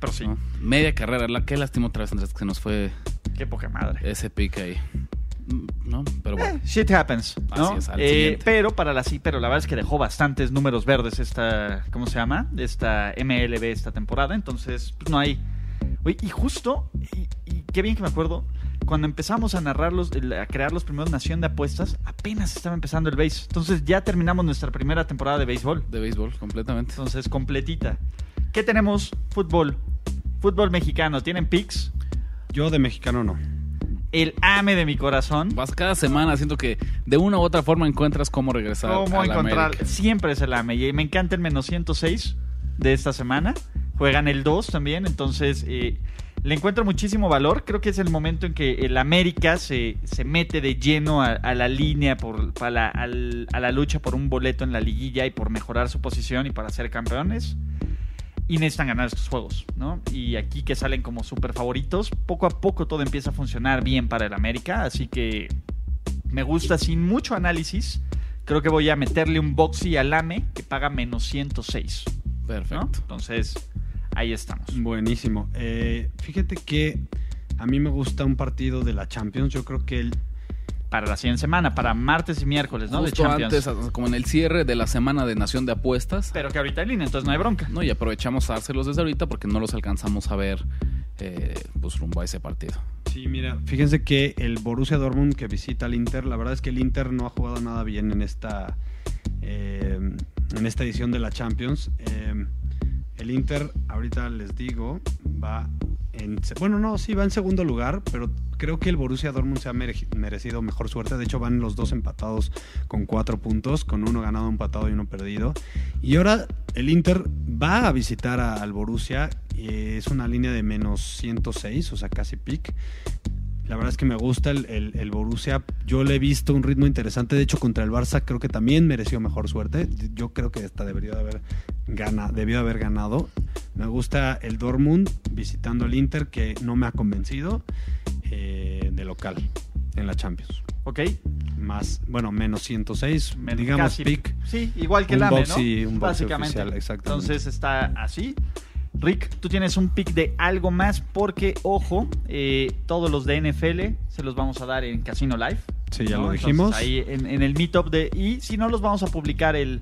S3: pero sí.
S5: ¿no? Media carrera, la que lástima otra vez, Andrés, que se nos fue
S3: Qué poca madre.
S5: ese pick ahí. Mm, ¿No? Pero bueno.
S3: Shit happens, ¿no?
S5: Así es, al
S3: Eh,
S5: siguiente.
S3: pero para la sí, pero la verdad es que dejó bastantes números verdes esta, ¿cómo se llama? Esta MLB esta temporada, entonces pues, no hay. Oye, y justo, y, y qué bien que me acuerdo, cuando empezamos a narrarlos, a crear los primeros Nación de Apuestas, apenas estaba empezando el base. Entonces ya terminamos nuestra primera temporada de béisbol.
S5: De béisbol, completamente.
S3: Entonces, completita. ¿Qué tenemos? Fútbol. Fútbol mexicano. ¿Tienen picks?
S4: Yo de mexicano no.
S3: El ame de mi corazón.
S5: Vas cada semana siento que de una u otra forma encuentras cómo regresar.
S3: ¿Cómo
S5: a la
S3: encontrar?
S5: América.
S3: Siempre es el AME. Y me encanta el menos 106 de esta semana. Juegan el 2 también, entonces eh, le encuentro muchísimo valor. Creo que es el momento en que el América se, se mete de lleno a, a la línea, por, para la- al- a la lucha por un boleto en la liguilla y por mejorar su posición y para ser campeones. Y necesitan ganar estos juegos, ¿no? Y aquí que salen como super favoritos, poco a poco todo empieza a funcionar bien para el América, así que me gusta sin mucho análisis. Creo que voy a meterle un boxy al AME que paga menos 106. ¿no?
S5: Perfecto.
S3: Entonces, ahí estamos.
S4: Buenísimo. Eh, fíjate que a mí me gusta un partido de la Champions. Yo creo que el
S3: Para la siguiente semana, para martes y miércoles, Pues ¿no? de
S5: Justo
S3: Champions.
S5: antes, como en el cierre de la semana de Nación de Apuestas.
S3: Pero que ahorita en línea, entonces no hay bronca.
S5: No, y aprovechamos a dárselos desde ahorita porque no los alcanzamos a ver eh, pues rumbo a ese partido.
S4: Sí, mira, fíjense que el Borussia Dortmund que visita al Inter, la verdad es que el Inter no ha jugado nada bien en esta eh, en esta edición de la Champions. Eh, el Inter, ahorita les digo, va en se- bueno no, sí va en segundo lugar, pero creo que el Borussia Dortmund se ha mere- merecido mejor suerte. De hecho, van los dos empatados con cuatro puntos, con uno ganado, empatado y uno perdido. Y ahora el Inter va a visitar a- al Borussia. eh, es una línea de menos 106, o sea, casi pick. La verdad es que me gusta el, el- el Borussia. Yo le he visto un ritmo interesante. De hecho, contra el Barça creo que también mereció mejor suerte. Yo creo que esta debería de haber gana, debió haber ganado. Me gusta el Dortmund visitando el Inter, que no me ha convencido eh, de local en la Champions.
S3: ¿Ok?
S4: Más, bueno, menos 106,
S3: Menos-
S4: digamos
S3: casi.
S4: pick.
S3: Sí, igual que
S4: Un
S3: el AME,
S4: boxy-
S3: ¿no?
S4: un boxy
S3: Básicamente.
S4: oficial, exactamente.
S3: Entonces está así. Rick, tú tienes un pick de algo más porque, ojo, eh, todos los de NFL se los vamos a dar en Casino Live.
S4: Sí, ya
S3: ¿no?
S4: lo
S3: Entonces,
S4: dijimos.
S3: ahí en, en el meetup de. Y si no, los vamos a publicar el,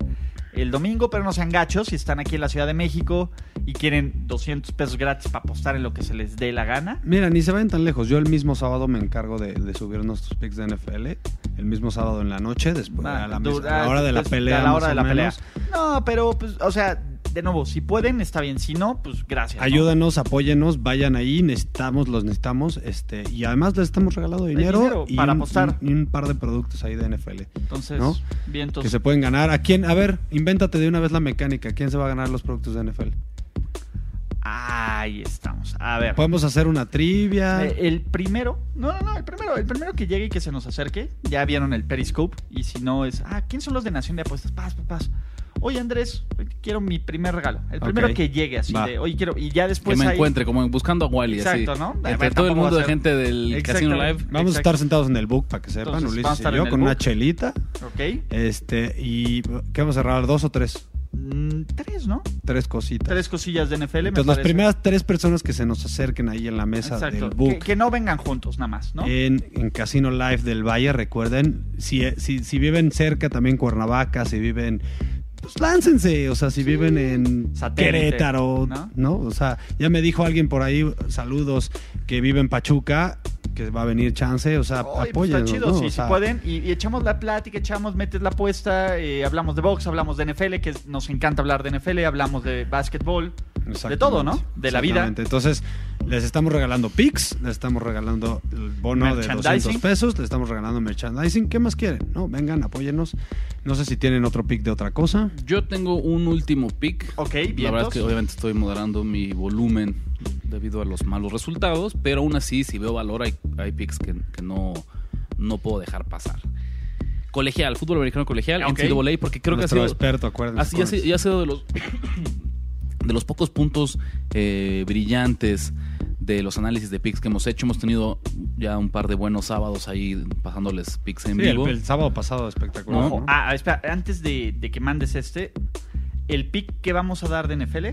S3: el domingo, pero no sean gachos. Si están aquí en la Ciudad de México y quieren 200 pesos gratis para apostar en lo que se les dé la gana.
S4: Mira, ni se vayan tan lejos. Yo el mismo sábado me encargo de, de subir nuestros picks de NFL. El mismo sábado en la noche, después
S3: Va,
S4: Pues, a, la,
S3: dura-
S4: mesa- a la hora de la
S3: pues,
S4: pelea.
S3: a la
S4: más
S3: hora
S4: o
S3: de la pelea.
S4: menos.
S3: No, pero, pues, o sea, de nuevo, si pueden, está bien. Si no, pues gracias. ¿no?
S4: Ayúdanos, apóyennos, vayan ahí, necesitamos, los necesitamos, este, y además les estamos regalando dinero,
S3: dinero
S4: y
S3: para
S4: un,
S3: apostar.
S4: un- y un par de productos ahí de NFL
S3: Entonces,
S4: ¿no?
S3: bien,
S4: que
S3: entonces.
S4: se pueden ganar. ¿A quién? A ver, invéntate de una vez la mecánica. ¿Quién se va a ganar los productos de NFL?
S3: Ahí estamos. A ver.
S4: Podemos hacer una trivia.
S3: Eh, El primero, no, no, no, el primero, el primero que llegue y que se nos acerque, ya vieron el Periscope, y si no es, ah, ¿quién son los de Nación de Apuestas? Paz, paz, paz. Oye, Andrés, quiero mi primer regalo. El primero
S4: Ok.
S3: que llegue así
S4: Va.
S3: de, oye, quiero, y ya después
S5: que me
S3: hay-
S5: encuentre, como buscando a Wally.
S3: Pues Exacto,
S5: así,
S3: ¿no?
S5: Entre
S3: Además,
S5: todo el
S3: tampoco
S5: mundo
S3: va a
S5: de
S3: ser-
S5: gente del Casino
S3: Exacto.
S5: Live.
S4: Vamos a
S3: eh, exacto.
S4: estar sentados en el book para que sepan,
S3: Entonces, vamos
S4: Ulises
S3: a
S4: y
S3: estar en
S4: yo,
S3: el
S4: con una
S3: book.
S4: chelita.
S3: Ok.
S4: Este, y ¿qué vamos a cerrar? ¿Dos o tres?
S3: Mm, tres, ¿no?
S4: Tres cositas.
S3: Tres cosillas de NFL. me
S4: Entonces, las
S3: parece.
S4: primeras tres personas que se nos acerquen ahí en la mesa
S3: Exacto.
S4: del Eh,
S3: Que,
S4: book.
S3: que no vengan juntos, nada más, ¿no?
S4: en, en Casino Live del Valle, recuerden. Si, si, si viven cerca también Cuernavaca, si viven. Pues láncense, o sea, si viven en
S3: Satélite,
S4: Querétaro,
S3: ¿no?
S4: ¿no? O sea, ya me dijo alguien por ahí, saludos, que vive en Pachuca, que va a venir chance, o sea,
S3: Oye, pues,
S4: apóyennos,
S3: está chido,
S4: ¿no?
S3: sí,
S4: O
S3: si
S4: sea,
S3: pueden. Y, y echamos la plática, echamos, metes la apuesta, eh, hablamos de box, hablamos de NFL, que es- nos encanta hablar de NFL, hablamos de básquetbol, de
S4: exactamente,
S3: todo, ¿no? De la vida.
S4: exactamente. Entonces, les estamos regalando pics, les estamos regalando el bono de
S3: Merchandising.
S4: 200 pesos, les estamos regalando merchandising. ¿Qué más quieren? No, vengan, apóyennos. No sé si tienen otro pic de otra cosa.
S5: Yo tengo un último pick.
S3: Ok,
S5: La
S3: bien.
S5: verdad es que obviamente estoy moderando mi volumen debido a los malos resultados, pero aún así, si veo valor, hay, hay picks que, que no, no puedo dejar pasar. Colegial, fútbol americano colegial,
S3: Ok.
S5: NCAA, porque creo que ha
S4: Nuestro
S5: sido,
S4: experto, acuérdense.
S5: así, ya, ha sido- ya ha sido de los, <coughs> de los pocos puntos eh, brillantes de los análisis de picks que hemos hecho. Hemos tenido ya un par de buenos sábados ahí pasándoles picks en
S4: Sí, el,
S5: vivo.
S4: el sábado pasado espectacular.
S5: Ojo,
S4: ¿no?
S3: Ah, espera, antes de, de que mandes este, el pick que vamos a dar de NFL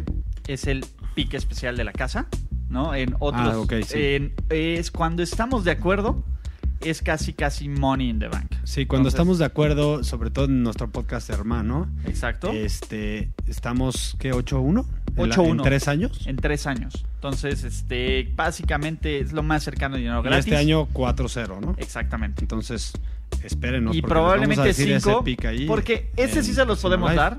S3: es el pick especial de la casa, ¿no? En otros.
S4: Ah, ok, sí.
S3: en- es cuando estamos de acuerdo, es casi, casi money in the bank.
S4: Sí, cuando
S3: Entonces-
S4: estamos de acuerdo, sobre todo en nuestro podcast hermano,
S3: Exacto.
S4: este, estamos, ¿qué? ¿8-1? en, la-
S3: 8-1.
S4: en tres años.
S3: En tres años. Entonces, este, básicamente es lo más cercano a dinero
S4: Y
S3: gratis.
S4: este año 4-0, ¿no?
S3: Exactamente.
S4: Entonces, espérenos.
S3: y
S4: porque les vamos a
S3: probablemente
S4: decir ese
S3: 5.
S4: pick ahí
S3: Porque ese
S4: en-
S3: sí se los
S4: en
S3: podemos
S4: live.
S3: dar.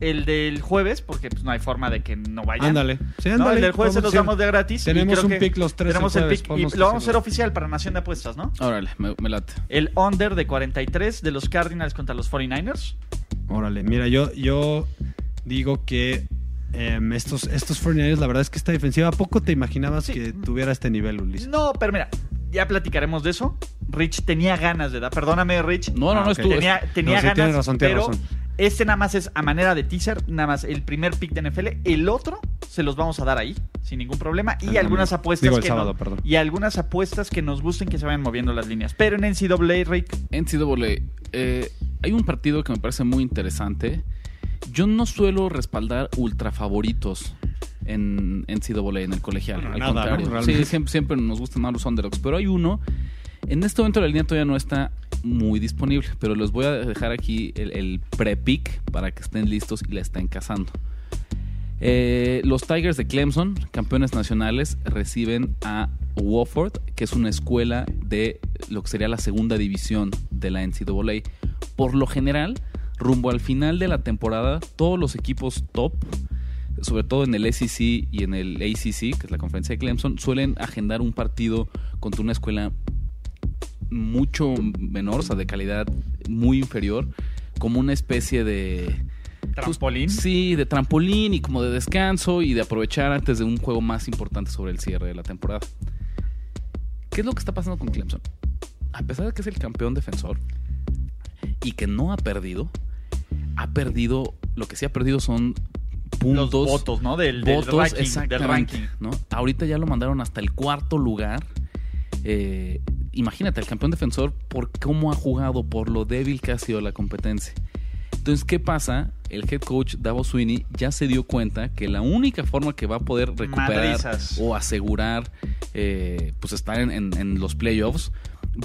S3: El del jueves, porque pues, no hay forma de que no vayan.
S4: Ándale. Sí,
S3: No,
S4: ándale.
S3: el del jueves se
S4: podemos
S3: los
S4: decir-
S3: damos de gratis. y
S4: Tenemos
S3: creo
S4: un
S3: que
S4: pick los tres el
S3: Tenemos el
S4: jueves,
S3: pick y
S4: podemos
S3: lo vamos a hacer
S4: decirlo.
S3: oficial para Nación de Apuestas, ¿no?
S5: Órale, me, me late.
S3: El under de 43 de los Cardinals contra los 49ers.
S4: Órale, mira, yo, yo digo que em, estos, estos 49ers, la verdad es que esta defensiva, ¿a poco te imaginabas
S3: Sí.
S4: que tuviera este nivel, Ulises?
S3: No, pero mira, ya platicaremos de eso. Rich tenía ganas de dar. Perdóname, Rich.
S5: No, no,
S4: Ah,
S5: no
S4: ok.
S5: es tu. es-
S3: Tenía, tenía
S4: No, sí,
S3: ganas,
S4: tienes razón, tienes
S3: pero
S4: razón.
S3: este nada más es a manera de teaser, nada más el primer pick de NFL. El otro se los vamos a dar ahí, sin ningún problema. Y
S4: Ah,
S3: algunas
S4: no,
S3: apuestas
S4: digo el
S3: que
S4: sábado,
S3: no-
S4: perdón.
S3: y algunas apuestas que nos gusten que se vayan moviendo las líneas. Pero en NCAA, Rick,
S5: NCAA, eh, hay un partido que me parece muy interesante. Yo no suelo respaldar ultra favoritos en NCAA, en el colegial.
S4: Bueno,
S5: al
S4: nada, ¿no?
S5: contrario.
S4: Realmente.
S5: Sí, siempre, siempre nos gustan más los underdogs. Pero hay uno. En este momento la línea todavía no está muy disponible. Pero les voy a dejar aquí el, el pre-pick para que estén listos y la estén cazando. Eh, los Tigers de Clemson, campeones nacionales, reciben a Wofford, que es una escuela de lo que sería la segunda división de la NCAA. Por lo general, rumbo al final de la temporada, todos los equipos top, sobre todo en el SEC y en el ACC, que es la conferencia de Clemson, suelen agendar un partido contra una escuela mucho menor, o sea, de calidad muy inferior, como una especie de...
S3: trampolín.
S5: Sí, de trampolín y como de descanso y de aprovechar antes de un juego más importante sobre el cierre de la temporada. ¿Qué es lo que está pasando con Clemson? A pesar de que es el campeón defensor y que no ha perdido, ha perdido, lo que sí ha perdido son
S3: los
S5: puntos,
S3: votos, ¿no? Del, del
S5: votos,
S3: ranking, del
S5: exactamente,
S3: ranking.
S5: ¿no? Ahorita ya lo mandaron hasta el cuarto lugar. Eh, imagínate, el campeón defensor por cómo ha jugado, por lo débil que ha sido la competencia. Entonces, ¿qué pasa? El head coach Davo Sweeney ya se dio cuenta que la única forma que va a poder recuperar
S3: Madrizas.
S5: o asegurar eh, pues estar en, en- en los playoffs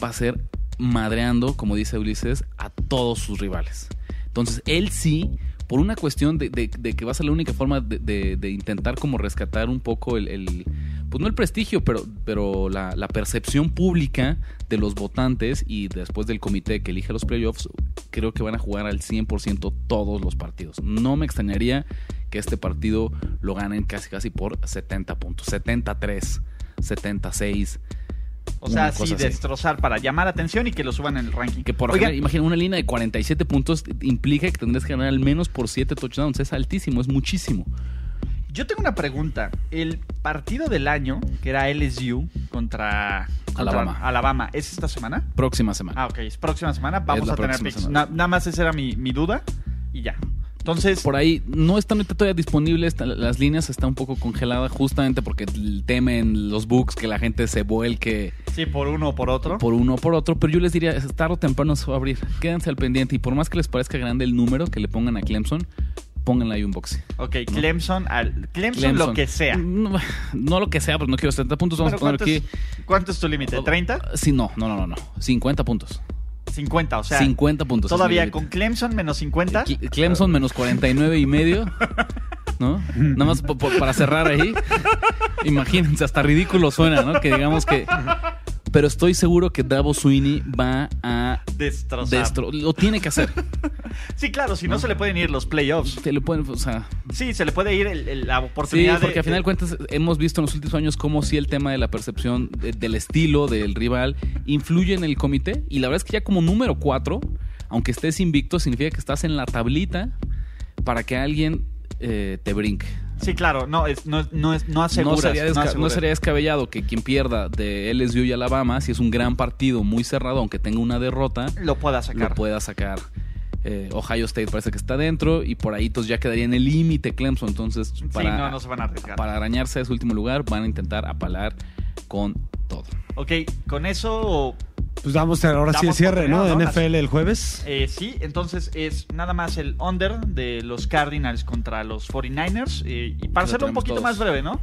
S5: va a ser madreando, como dice Ulises, a todos sus rivales. Entonces, él sí, por una cuestión de, de- de que va a ser la única forma de, de- de intentar como rescatar un poco el, el- pues no el prestigio, pero, pero la, la percepción pública de los votantes y después del comité que elige los playoffs, creo que van a jugar al 100% todos los partidos. No me extrañaría que este partido lo ganen casi casi por 70 puntos, 73, 76.
S3: O sea,
S5: Una
S3: sí,
S5: cosa así.
S3: destrozar para llamar atención y que lo suban en el ranking.
S5: Que por
S3: Oigan,
S5: general, imagina una línea de 47 puntos implica que tendrías que ganar al menos por 7 touchdowns. Es altísimo, es muchísimo.
S3: Yo tengo una pregunta. El partido del año, que era LSU contra, contra
S5: Alabama.
S3: Alabama, ¿es esta semana?
S5: Próxima semana.
S3: Ah, ok, es próxima semana. Vamos
S5: la
S3: a tener
S5: próxima
S3: picks.
S5: semana.
S3: Na- nada más esa era mi, mi duda y ya. Entonces,
S5: Por ahí no están ahorita todavía disponibles, está- las líneas están un poco congeladas justamente porque temen los bugs que la gente se vuelque
S3: sí, por uno o por otro.
S5: por uno o por otro, pero yo les diría, es tarde o temprano se va a abrir, quédense al pendiente y por más que les parezca grande el número que le pongan a Clemson, pónganle ahí un boxeo.
S3: Ok, Clemson, al, Clemson, lo que sea.
S5: No, no lo que sea, pues no quiero 70 puntos, vamos a
S3: Pero
S5: poner
S3: ¿cuánto,
S5: aquí... Oh.
S3: es, cuánto es tu límite? ¿30?
S5: Sí, no, no, no, no, no. 50 puntos.
S3: 50, o sea.
S5: 50 puntos. es mi
S3: Todavía
S5: límite.
S3: con Clemson menos 50.
S5: Cle- Clemson menos 49 y medio. ¿No? Nada más po- po- para cerrar ahí. Imagínense, hasta ridículo suena, ¿no? Que digamos que. Pero estoy seguro que Davo Sweeney va a.
S3: Destrozar.
S5: Destro lo tiene que hacer.
S3: sí, claro, si no, se le pueden ir los playoffs.
S5: Te lo pueden, o sea,
S3: Sí, se le puede ir el- el- la
S5: sí,
S3: oportunidad.
S5: porque
S3: de-
S5: al final de cuentas hemos visto en los últimos años cómo sí el tema de la percepción de- del estilo del rival influye en el comité. Y la verdad es que ya como número 4, aunque estés invicto, significa que estás en la tablita para que alguien eh, te brinque.
S3: Sí, claro, no, es, no, no, es, no
S5: no
S3: aseguras.
S5: sería, desca- no
S3: aseguras.
S5: sería descabellado que quien pierda de LSU y Alabama, si es un gran partido muy cerrado, aunque tenga una derrota,
S3: Lo pueda sacar.
S5: lo pueda sacar. Eh, Ohio State parece que está dentro y por ahí entonces ya quedaría en el límite Clemson. Entonces, para,
S3: sí, no, no se van a arriesgar.
S5: para arañarse de su último lugar, van a intentar apalar con todo.
S3: Ok, con eso,
S4: Pues vamos a- ahora sí el
S3: Damos
S4: cierre,
S3: por
S4: ¿no? De
S3: terminado, ¿no?
S4: NFL el jueves.
S3: eh, sí, entonces es nada más el under de los Cardinals contra los 49ers. eh, y para
S5: Lo
S3: hacerlo un
S5: tenemos
S3: poquito
S5: todos.
S3: más breve, ¿no?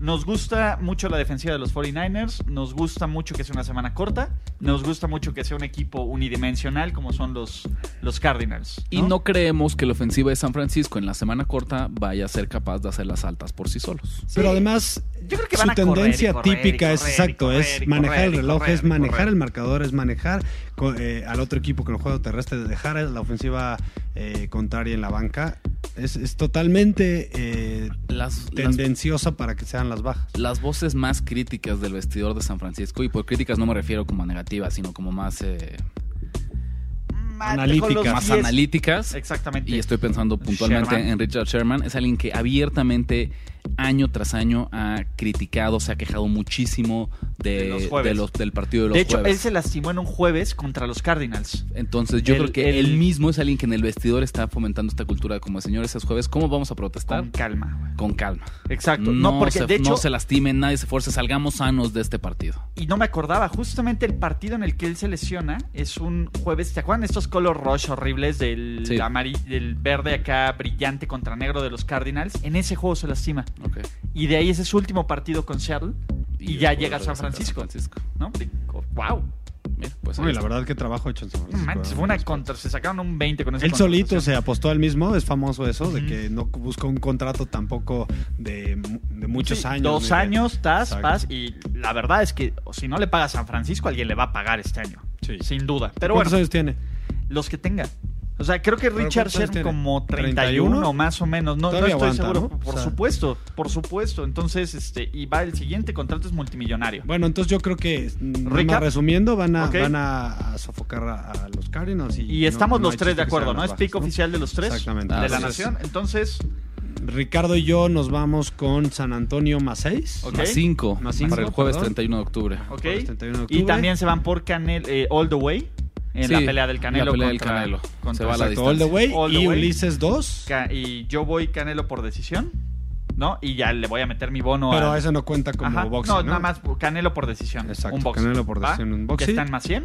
S3: Nos gusta mucho la defensiva de los 49ers, nos gusta mucho que sea una semana corta, nos gusta mucho que sea un equipo unidimensional como son los, los Cardinals.
S5: Y no creemos que la ofensiva de San Francisco en la semana corta vaya a ser capaz de hacer las altas por sí solos.
S4: Pero además,
S3: Yo creo que
S4: su
S3: van a correr y
S4: tendencia
S3: correr y
S4: típica
S3: correr
S4: es,
S3: y
S4: exacto,
S3: correr
S4: es
S3: y
S4: manejar
S3: correr
S4: el
S3: y
S4: reloj,
S3: correr
S4: es
S3: y
S4: manejar
S3: correr.
S4: el marcador, es manejar co- eh, al otro equipo con el juego terrestre, de dejar a la ofensiva eh, contraria en la banca. Es, es totalmente eh,
S5: Las, las,
S4: tendenciosa para que sean las bajas.
S5: las voces más críticas del vestidor de San Francisco, y por críticas no me refiero como a negativas, sino como más, eh,
S3: Ma-
S4: Analíticas.
S3: con los
S5: más
S3: pies.
S5: analíticas.
S3: Exactamente.
S5: Y estoy pensando puntualmente
S3: Sherman.
S5: en Richard Sherman. Es alguien que abiertamente, año tras año, ha criticado, se ha quejado muchísimo de,
S3: De los jueves.
S5: de los- del partido de los
S3: De hecho,
S5: jueves.
S3: él se lastimó en un jueves contra los Cardinals.
S5: Entonces yo
S3: el-
S5: creo que
S3: el-
S5: él mismo es alguien que en el vestidor está fomentando esta cultura de como señores, es jueves, ¿cómo vamos a protestar?
S3: Con
S5: Con,
S3: calma. güey.
S5: calma.
S3: Exacto.
S5: No,
S3: No, porque
S5: se,
S3: de
S5: no
S3: hecho,
S5: se lastimen, nadie se fuerce, salgamos sanos de este partido.
S3: y no me acordaba, justamente el partido en el que él se lesiona es un jueves. ¿Te acuerdan estos color rush horribles del,
S5: Sí.
S3: amari- del verde acá brillante contra negro de los Cardinals? En ese juego se lastima.
S5: Ok.
S3: Y de ahí ese es su último partido con Seattle. Y, ya llega a San Francisco. ¿No? ¡Wow!
S5: Mira, pues ahí
S4: Oye, la
S5: está.
S4: verdad que trabajo hecho en San Francisco. Pues,
S3: Manches, fue una contra. Se sacaron un 20 con ese
S4: Él solito se apostó él mismo, es famoso eso, de que no buscó un contrato tampoco de, mu- de muchos años. ni
S3: Dos
S4: de-
S3: años, tas,
S4: Exacto.
S3: pas. Y la verdad es que o si no le paga a San Francisco, alguien le va a pagar este año.
S4: Sí.
S3: Sin duda. Pero
S4: ¿Cuántos
S3: bueno,
S4: años tiene?
S3: los que tenga. O sea, creo que
S4: ¿Pero
S3: Richard
S4: cuántos años
S3: Sherman
S4: tiene?
S3: como 31,
S4: 31,
S3: más o menos. No, no
S4: Todavía
S3: estoy
S4: aguanta,
S3: seguro.
S4: ¿no?
S3: Por
S4: O sea-
S3: supuesto, por supuesto. Entonces, este, y va el siguiente contrato es multimillonario.
S4: Bueno, entonces yo creo que, mm, nada
S3: Recap.
S4: más resumiendo, van a,
S3: Ok.
S4: van a, a sofocar a, a los Cardinals. Y,
S3: y
S4: no-
S3: estamos
S4: no
S3: los
S4: hay
S3: tres de
S4: chiste que
S3: acuerdo,
S4: sean
S3: ¿no?
S4: las
S3: Es pick
S4: bajas, ¿no?
S3: oficial de los tres.
S4: Exactamente.
S3: De la
S5: Así es.
S3: nación. Entonces,
S4: Ricardo y yo nos vamos con San Antonio más seis.
S3: Ok.
S5: Más cinco,
S4: Más cinco,
S5: para el jueves
S4: perdón.
S5: 31 de octubre.
S3: ok.
S4: Jueves 31 de
S3: Y
S4: octubre.
S3: también se van por Canel, eh, All the Way. En la
S5: Sí,
S3: pelea del
S5: la
S3: Canelo.
S5: pelea del
S3: contra,
S5: Canelo.
S3: contra-
S5: Se va a la
S4: Exacto, All the Way
S3: All the
S4: y
S3: Way.
S4: Ulises 2.
S3: Ca- y yo voy Canelo por decisión, ¿no? Y ya le voy a meter mi bono
S4: Pero
S3: al-
S4: eso no cuenta como
S3: Ajá,
S4: boxeo.
S3: No, nada más Canelo por decisión.
S4: Exacto,
S3: Un boxing,
S4: Canelo por
S3: ¿va?
S4: decisión, un boxing.
S3: Que está en más 100.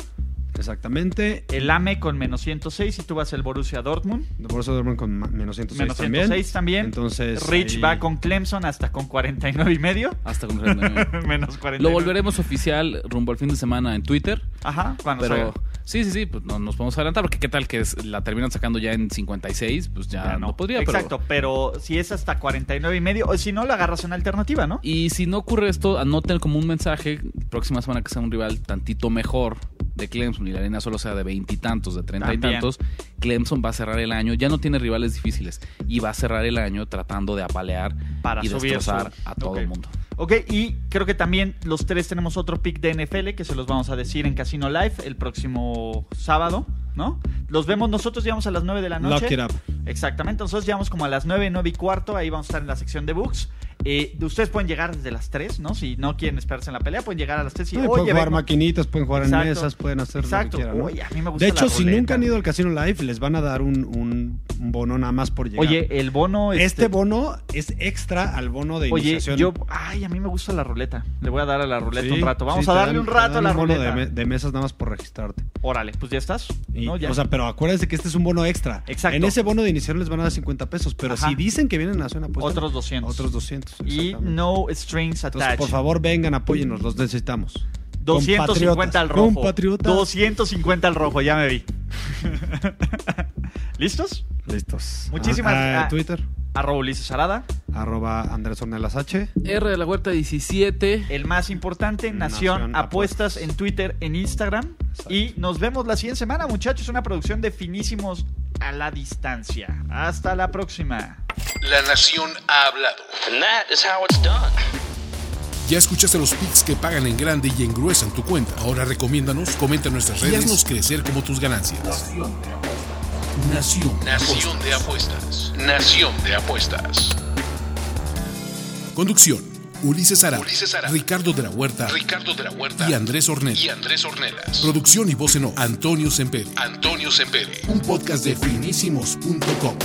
S4: Exactamente. Eh,
S3: El AME con menos 106 y tú vas el Borussia Dortmund.
S4: Borussia Dortmund con ma- menos 106
S3: Menos
S4: también.
S3: 106 también.
S4: Entonces,
S3: Rich
S4: ahí-
S3: va con Clemson hasta con 49 y medio. <laughs>
S5: Hasta con 39.
S3: menos 49.
S5: Lo volveremos oficial rumbo al fin de semana en Twitter.
S3: Ajá, cuando
S5: Pero
S3: Ah, salga.
S5: sí, sí, sí, pues no nos podemos adelantar porque qué tal que es- la terminan sacando ya en 56, pues ya,
S3: Ya
S5: no. podría, pero-
S3: Exacto, pero... si es hasta 49 y medio, o si no, lo agarras en alternativa, ¿no?
S5: Y si no ocurre esto, anoten como un mensaje, próxima semana que sea un rival tantito mejor de Clemson y la arena solo sea de veintitantos, de treinta y
S3: También.
S5: tantos, Clemson va a cerrar el año, ya no tiene rivales difíciles y va a cerrar el año tratando de apalear
S3: Para
S5: y
S3: subir su-
S5: destrozar a todo
S3: Ok.
S5: el mundo.
S3: Ok, y creo que también los tres tenemos otro pick de NFL que se los vamos a decir en Casino Live el próximo sábado, ¿no? Los vemos nosotros, llegamos a las 9 de la noche.
S4: Lock it up.
S3: Exactamente, nosotros llegamos como a las 9, 9 y cuarto, ahí vamos a estar en la sección de books. Eh, ustedes pueden llegar desde las 3, ¿no? Si no quieren esperarse en la pelea, pueden llegar a las 3 y
S4: No, y pueden
S3: "Oye,
S4: jugar
S3: vengo".
S4: maquinitas, pueden jugar
S3: Exacto.
S4: en mesas, pueden hacer lo
S3: Exacto.
S4: que quieran. ¿no?
S3: Oye, a mí me gusta
S4: De hecho,
S3: la
S4: si
S3: ruleta.
S4: nunca han ido al Casino Live, les van a dar un, un- un bono nada más por llegar.
S3: Oye, el bono...
S4: este, bono es extra al bono de
S3: Oye,
S4: iniciación.
S3: yo... Ay, a mí me gusta la ruleta. Le voy a dar a la ruleta
S4: Sí,
S3: un rato. Vamos
S4: sí,
S3: a
S4: te
S3: darle
S4: dan-
S3: un
S4: te
S3: rato a
S4: dan
S3: la
S4: un bono
S3: ruleta.
S4: De, me- de mesas nada más por registrarte.
S3: Órale, pues ya estás.
S4: Y,
S3: ¿no? Ya.
S4: O sea, pero acuérdense que este es un bono extra.
S3: Exacto.
S4: En ese bono de iniciación les van a dar 50 pesos, pero
S3: Ajá.
S4: si dicen que vienen a hacer una apuesta...
S3: Otros 200.
S4: Otros 200,
S3: y
S4: exactamente.
S3: no strings
S4: Entonces,
S3: attached.
S4: por favor, vengan, apóyennos, los necesitamos.
S3: 250 al rojo.
S4: Compatriotas.
S3: 250 al rojo, ya me vi. <laughs> ¿Listos?
S4: Listos.
S3: Muchísimas-
S4: Ah, ah,
S3: ah.
S4: Twitter,
S3: Arroba Ulises Arada.
S4: arroba Andrés Ornelas H.
S5: R de la Huerta 17.
S3: El más importante, Nación,
S4: Nación
S3: Apuestas,
S4: Apuestas.
S3: en Twitter, en Instagram.
S4: Exacto.
S3: Y nos vemos la siguiente semana, muchachos. Una producción de finísimos a la distancia. Hasta la próxima.
S2: La nación ha hablado.
S6: And that is how it's done.
S1: Ya escuchaste los picks que pagan en grande y engruesan tu cuenta. Ahora recomiéndanos, comenta en nuestras redes y haznos crecer como tus ganancias. Nación.
S2: Nación de apuestas. Nación de apuestas.
S1: Conducción. Ulises Ara,
S2: Ulises Arada.
S1: Ricardo de la Huerta
S2: Ricardo de la Huerta
S1: y Andrés Ornel.
S2: y Andrés Ornelas.
S1: Producción y voz en off, Antonio Semperi.
S2: Antonio Semperi.
S1: Un podcast de finísimos.com.